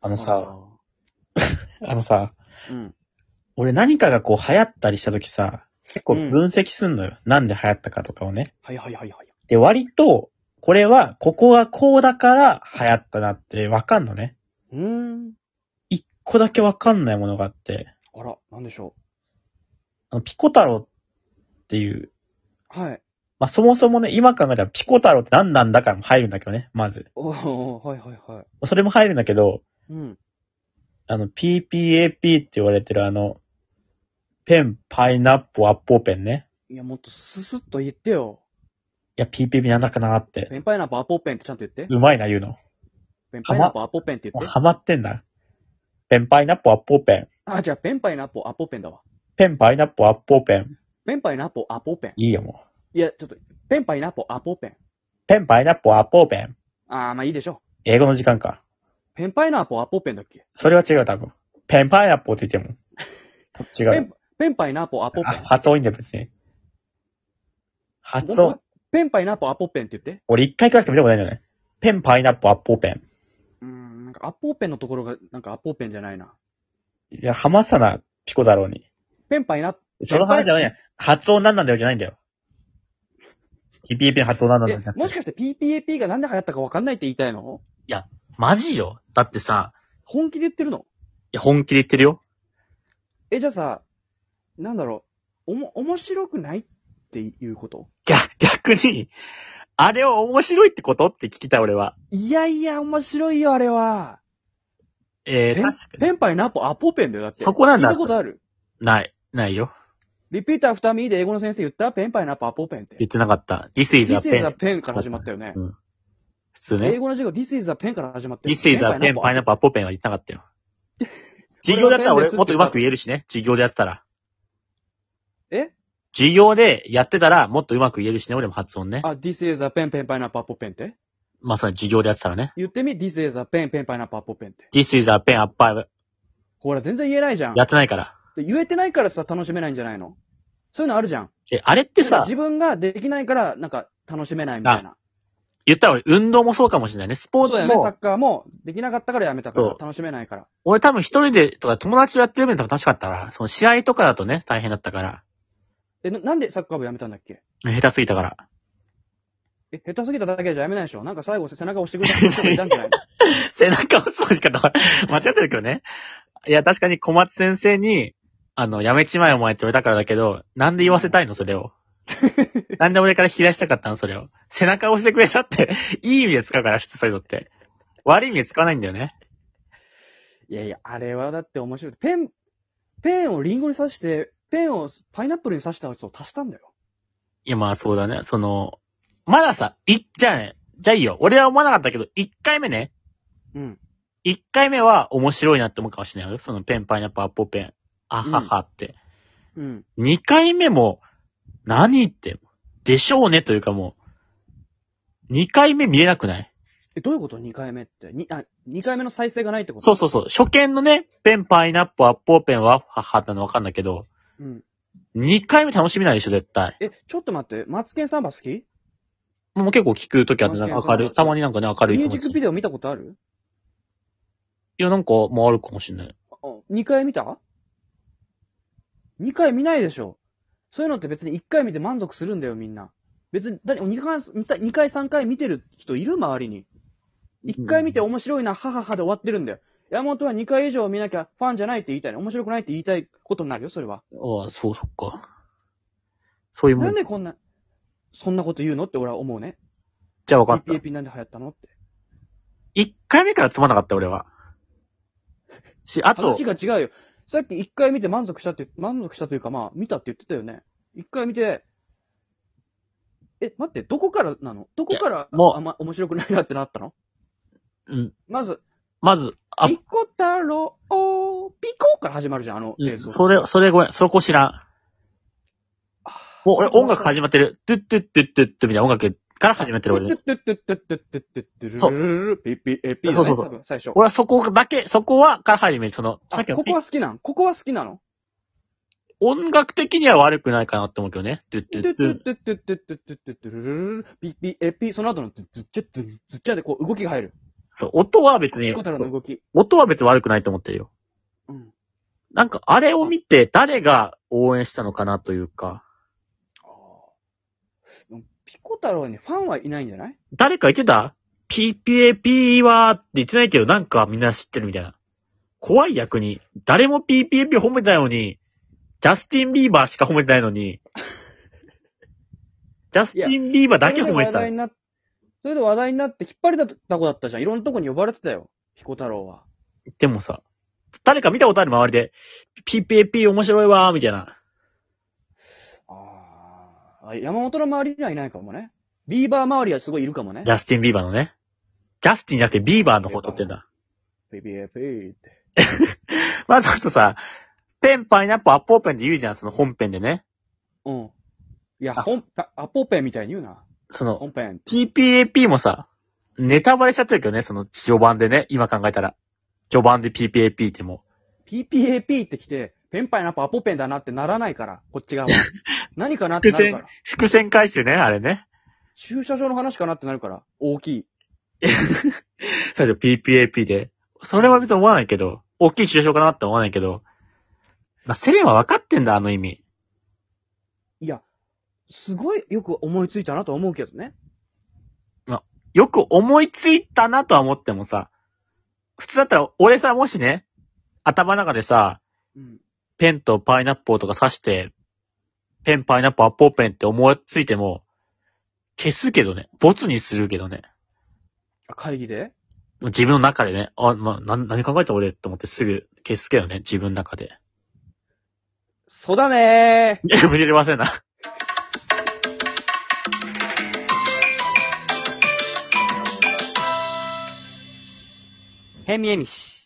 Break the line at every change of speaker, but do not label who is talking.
あのさ、あのさ、
うん。
俺何かがこう流行ったりした時さ、結構
うん
分析すんのよ。なんで流行ったかとかをね。
はいはいはいはい。
で、割と、これは、ここはこうだから流行ったなってわかんのね。
うーん。
一個だけわかんないものがあって、
あら、なんでしょ
あの、ピコ太郎っていう、
う。はい。
まあ、そもそもね、今考えたらピコ太郎って何なんだからも入るんだけどね、まず。
おー、はいはいはい。
それも入るんだけど、
うん。
あの、PPAP って言われてるあの、ペン、パイナップル、アッポーペンね。
いや、もっとススッと言ってよ。
いや、PPAP なんだかなって。
ペンパイナップアポペンってちゃんと言って。
うまいな、言うの。
ペンパイナップアポペンって
も
言
う
って。
ハマってんだ。ペンパイナップルアッポーペン。
あ、じゃあ、ペンパイナップアポペンだわ。
ペンパイナップルアッポーペン。
ペンパイナップアポペン。
いいよ、もう。
いや、ちょっと、ペンパイナップアポペン。
ペンパイナップルアッポーペン。
あー、まあいいでしょ
英語の時間か。
う。ペンパイナップアポペンだっけ
それは違う、多分。ペンパイナップルって言っても。違
ペ
う。
ン、ペンパイナップアポペ
あ
ン。
発音いいんだよ、別に。発
もう
音。
ペンパイナップアポペンって言って。
俺一回くらいしか見たことないんだよね。ペンパイナップルアッポーペン。
うーん、なんかアポペンのところが、なんかアポペンじゃないな。
いや、ハマさな、ピコ太郎に。
ペンパイナップ、
その話じゃないや。発音なんなんだよ、じゃないんだよ。PPAP の発音なんなんだ
え
よ、じゃなくて
もしかして PPAP がなんで流行ったかわかんないって言いたいの
マジよ。だってさ、
本気で言ってるの
いや、本気で言ってるよ。
え、じゃあさ、なんだろう、おも、面白くないっていうこと
逆、逆に、あれを面白いってことって聞きたい、俺は。
いやいや、面白いよ、あれは。
え
ペンペンパイナップアポペンだよ、だって。
そこなんだ
聞いたことある。
ない、ないよ。
リピーター二見で英語の先生言ったペンパイナップアポペンって。
言ってなかった。This is a
This is a
pen.
pen から始まったよね。
普通
英
ね。
語の授業 This is a pen から始まったよ。
This is a pen, パイナップルアッポーペンは言ってなか ったよ。授業だったら
これ
俺
はペンです
もっとうまく言えるしね。授業でやってたら。
え
授業でやってたらもっとうまく言えるしね、俺も発音ね。
あ、This is a pen, ペンパイナップアポペンって。
まあ、それ授業でやってたらね。
言ってみ、This is a pen, ペンパイナップアポペンって。
This is a pen, アッパー、
ほら、全然言えないじゃん。
やってないから。
で言えてないからさ、楽しめないんじゃないのそういうのあるじゃん。
え、あれって
なんか
さ、
自分ができないから、なんか、楽しめないみたいな。
言ったら俺運動もそうかもしれないね。スポ
そ
ー
うだ
ツ
よね、サ
も、
ッカーも、できなかったからやめたから
そ、う
楽しめないから。
俺多分一人でとか友達とやってる面とか楽しかったから、その試合とかだとね、大変だったから。
え、ななんでサッカー部やめたんだっけ
下手すぎたから。
え、下手すぎただけじゃやめないでしょなんか最後背中押してくれた人がいたんじ ゃないの
背中をそうしかた、 間違ってるけどね。いや、確かに小松先生に、あの、やめちまえお前って言われたからだけど、なんで言わせたいのそれを。なんで俺から引き出したかったのそれを。背中を押してくれたって、 いい意味で使うから、普通そういうのって。悪い意味で使わないんだよね。
いやいや、あれはだって面白い。ペン、ペンをリンゴに刺して、ペンをパイナップルに刺したやつを足したんだよ。
いや、まあそうだね。その、まださ、い、じゃあね、じゃあいいよ。俺は思わなかったけど、一回目ね。
うん。
一回目は面白いなって思うかもしれないよ。そのペンパイナップルアッポーペン。あははって。
うん。
二回目も、何って、でしょうねというかもう、二回目見えなくない
え、どういうこと ?2 回目って。に、あ、2回目の再生がないってこと
そうそうそう。初見のね、ペン、パイナップル、アッポーペンは、ははなのわかんないけど、
う。うん。
二回目楽しみないでしょ、絶対。
え、ちょっと待って、マツケンサンバ好き
もう結構聞くときあって、なんか明るい、たまになんかね、明るい
ミ
気
ュー
持ち。
ジック
い
ビデオ見たことある
や、なんか、もうあるかもしれない。
あ2回見た ?2 回見ないでしょ。そういうのって別に1回見て満足するんだよ、みんな。別に、だに2回、見た二回3回見てる人いる周りに。1回見て面白いな、はははで終わってるんだよ。山本は2回以上見なきゃファンじゃないって言いたいの。面白くないって言いたいことになるよ、それは。
ああ、そう、そっか。そういうも。
なんんでこんな、そんなこと言うのって俺は思うね。
じゃあ分かった。
PPAP なんで流行ったのって。
一回目からつまんなかった、俺は。し、あと
話、が違うよ。さっき一回見て満足したって、満足したというかまあ、見たって言ってたよね。一回見て、え、待って、どこからなのどこから、
もう
あんま面白くないなってなったの
うん、
まず、
まず、あ、
ピコ太郎、ピコから始まるじゃん、あの映像。
それ、それごめん、そこ知らん。
あー、
もう俺音楽始まってる。トゥットゥットゥットゥットゥみたいな音楽から始まってる俺。
ピピエピ。最初。
俺はそこだけ、そこはから入るイメージ。その、さっきの
ここは好きなんここは好きなの
音楽的には悪くないかなって思うけどね。トゥット
ト
ゥッ
ゥト
トゥ
ゥトゥトゥトゥトゥトゥトゥルルルルピッピエピ、その後のズッチャズンズッチャでこう動きが入る。
そう、音は別に
ピコ太郎
そ
の
う
動き。
音は別に悪くないと思ってるよ。
うん。
なんか、あれを見て、誰が応援したのかなというか、
あーでもピコ太郎にファンはいないんじゃない
誰か言ってた ?PPAP はって言ってないけど、なんかみんな知ってるみたいな。怖い逆に。誰も PPAP 褒めてないのに、ジャスティン・ビーバーしか褒めてないの に、ジャスティン・ビーバーだけ褒めて
それで話
た
題
の。
になっそれで話題になって引っ張りだった子だったじゃん。いろんなとこに呼ばれてたよ。ピコ太郎は。
でもさ、誰か見たことある周りで、PPAP 面白いわー、みたいな。
ああ。山本の周りにはいないかもね。ビーバー周りはすごいいるかもね
ジ。ャスティン・ビーバーのね。ジャスティンじゃなくてビーバーの方撮ってんだ。
ピピエピーって。
まあちょっとさ、ペン、パイナップル、アッポーペンで言うじゃん、その本編でね。
うん。いや、
あ
ほん、あアポペンみたいに言うな。
その、
本編。
PPAP もさ、ネタバレしちゃってるけどね、その序盤でね、今考えたら。序盤で PPAP っても
PPAP って来て、ペンパイナップアポペンだなってならないから、こっち側は。何かなってなるから
う。。伏線回収ね、あれね。
駐車場の話かなってなるから、大きい。
最初 PPAP で。それは別に思わないけど、大きい抽象かなって思わないけど、まあ、セレンは分かってんだ、あの意味。
いや、すごいよく思いついたなとは思うけどね。
よく思いついたなとは思ってもさ、普通だったら、俺さ、もしね、頭の中でさ、
うん。
ペンとパイナップルとか刺して、ペン、パイナップル、アッポーペンって思いついても、消すけどね。ボツにするけどね。
あ会議で
自分の中でね、あ、まあ、な、何考えた俺と思ってすぐ消すけどね、自分の中で。
そうだねー。
いや、見れませんな。
ヘミエミシ。